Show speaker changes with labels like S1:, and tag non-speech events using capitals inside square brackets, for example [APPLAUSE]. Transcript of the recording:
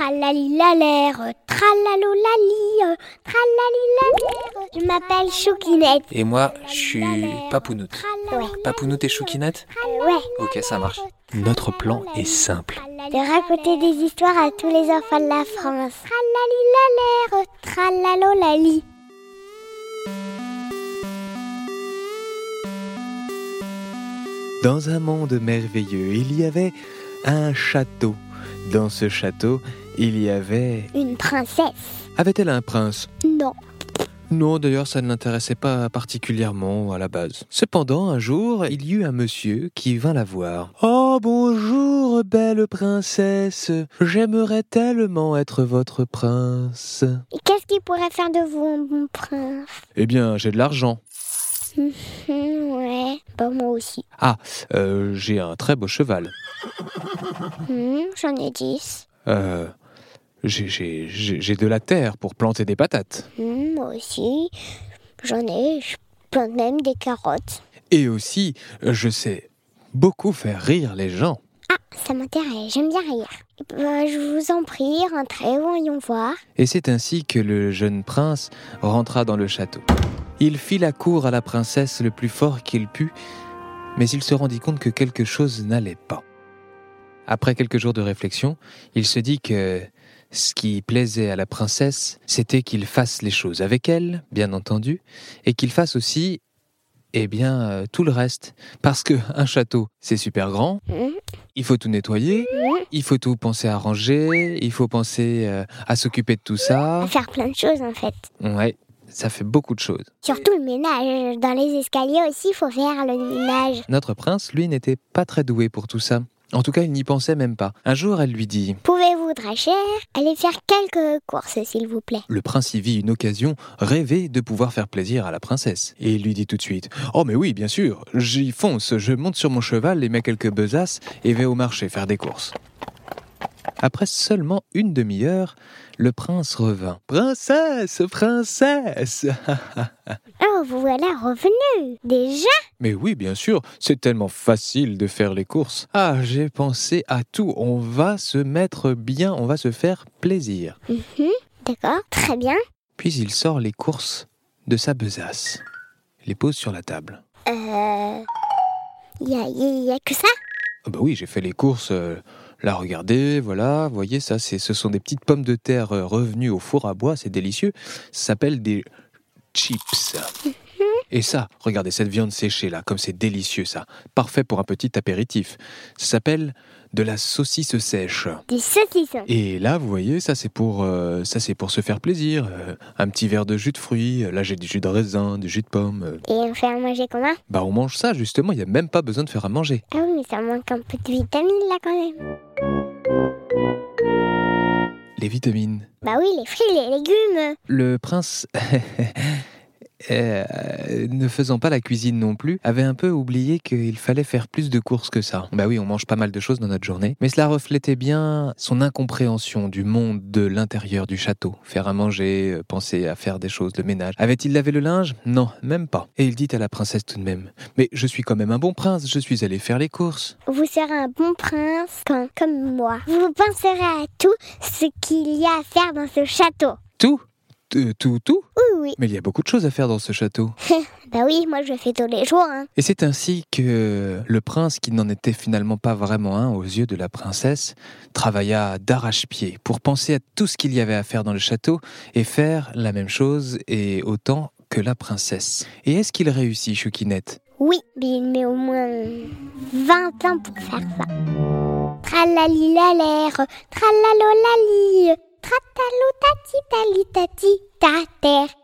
S1: Tralali la l'air, tralalou la tralali Je m'appelle Choukinette.
S2: Et moi, je suis Papounoute.
S1: Ouais.
S2: Papounoute et Choukinette
S1: Euh, ouais,
S2: Ok, ça marche. Notre plan est simple.
S1: de raconter des histoires à tous les enfants de la France. Tralali la l'air, tralalou lali.
S3: Dans un monde merveilleux, il y avait un château. Dans ce château, il y avait...
S1: Une princesse.
S3: Avait-elle un prince
S1: Non.
S3: Non, d'ailleurs, ça ne l'intéressait pas particulièrement à la base. Cependant, un jour, il y eut un monsieur qui vint la voir. Oh, bonjour, belle princesse. J'aimerais tellement être votre prince.
S1: Et qu'est-ce qu'il pourrait faire de vous, mon prince
S3: Eh bien, j'ai de l'argent.
S1: Hum, Ouais, bah moi aussi.
S3: Euh, j'ai un très beau cheval.
S1: Hum, J'en ai 10.
S3: Euh, j'ai- j'ai j'ai- j'ai de la terre pour planter des patates.
S1: Hum, moi aussi. J'en ai, je plante même des carottes.
S3: Et aussi, euh, je sais beaucoup faire rire les gens.
S1: Ah, ça m'intéresse, j'aime bien rire. Bah, je vous en prie, rentrez, voyons voir.
S3: Et c'est ainsi que le jeune prince rentra dans le château. Il fit la cour à la princesse le plus fort qu'il put, mais il se rendit compte que quelque chose n'allait pas. Après quelques jours de réflexion, il se dit que ce qui plaisait à la princesse, c'était qu'il fasse les choses avec elle, bien entendu, et qu'il fasse aussi, eh bien, euh, tout le reste. Parce que un château, c'est super grand,
S1: Hum,
S3: il faut tout nettoyer,
S1: hum.
S3: il faut tout penser à ranger, il faut penser euh, à s'occuper de tout
S1: On
S3: ça.
S1: va faire plein de choses en fait.
S3: Ouais, ça fait beaucoup de choses.
S1: Surtout le ménage. Dans les escaliers aussi, il faut faire le ménage.
S3: Notre prince, lui, n'était pas très doué pour tout ça. En tout cas, il n'y pensait même pas. Un jour, elle lui dit
S1: Pouvez-vous, très cher, aller faire quelques courses, s'il vous plaît
S3: Le prince y vit une occasion rêvée de pouvoir faire plaisir à la princesse. Et il lui dit tout de suite Oh, mais oui, bien sûr, j'y fonce, je monte sur mon cheval et mets quelques besaces et vais au marché faire des courses. Après seulement une demi-heure, le prince revint. Princesse, princesse
S1: Oh, vous voilà revenu Déjà
S3: Mais oui, bien sûr, c'est tellement facile de faire les courses. Ah, j'ai pensé à tout, on va se mettre bien, on va se faire plaisir.
S1: Mhm, D'accord, très bien.
S3: Puis il sort les courses de sa besace, les pose sur la table.
S1: Euh. Y a, y- y a que ça
S3: Ah bah oui, j'ai fait les courses, euh, là regardez, voilà, voyez ça, c'est, ce sont des petites pommes de terre euh, revenues au four à bois, c'est délicieux. Ça s'appelle des chips. Et ça, regardez cette viande séchée là, comme c'est délicieux ça. Parfait pour un petit apéritif. Ça s'appelle de la saucisse sèche.
S1: Des saucissons.
S3: Et là, vous voyez, ça c'est pour, euh, ça c'est pour se faire plaisir. Euh, un petit verre de jus de fruits. euh, Là, j'ai du jus de raisin, du jus de pomme. Euh,
S1: Et on fait à manger comment
S3: bah, on mange ça justement. Il y a même pas besoin de faire à manger.
S1: Ah oui, mais ça manque un peu de vitamines là quand même.
S3: Les vitamines.
S1: Bah oui, les fruits, les légumes.
S3: Le prince, [LAUGHS] euh, ne faisant pas la cuisine non plus, avait un peu oublié qu'il fallait faire plus de courses que ça. Bah oui, on mange pas mal de choses dans notre journée, mais cela reflétait bien son incompréhension du monde de l'intérieur du château. Faire à manger, euh, penser à faire des choses, le ménage. Avait-il lavé le linge Non, même pas. Et il dit à la princesse tout de même Mais je suis quand même un bon prince, je suis allé faire les courses.
S1: Vous serez un bon prince quand, comme moi, vous penserez à tout ce qu'il y a à faire dans ce château.
S3: Tout Tout, tout, tout
S1: Oui, oui.
S3: Mais il y a beaucoup de choses à faire dans ce château.
S1: Bah oui, moi je le fais tous les jours. Hein.
S3: Et c'est ainsi que le prince, qui n'en était finalement pas vraiment un aux yeux de la princesse, travailla d'arrache-pied pour penser à tout ce qu'il y avait à faire dans le château et faire la même chose et autant que la princesse. Et est-ce qu'il réussit, Choukinette
S1: Oui, mais il met au moins 20 ans pour faire ça. Tralali la l'air, tralalolali, tratalou tati tali tati ta terre.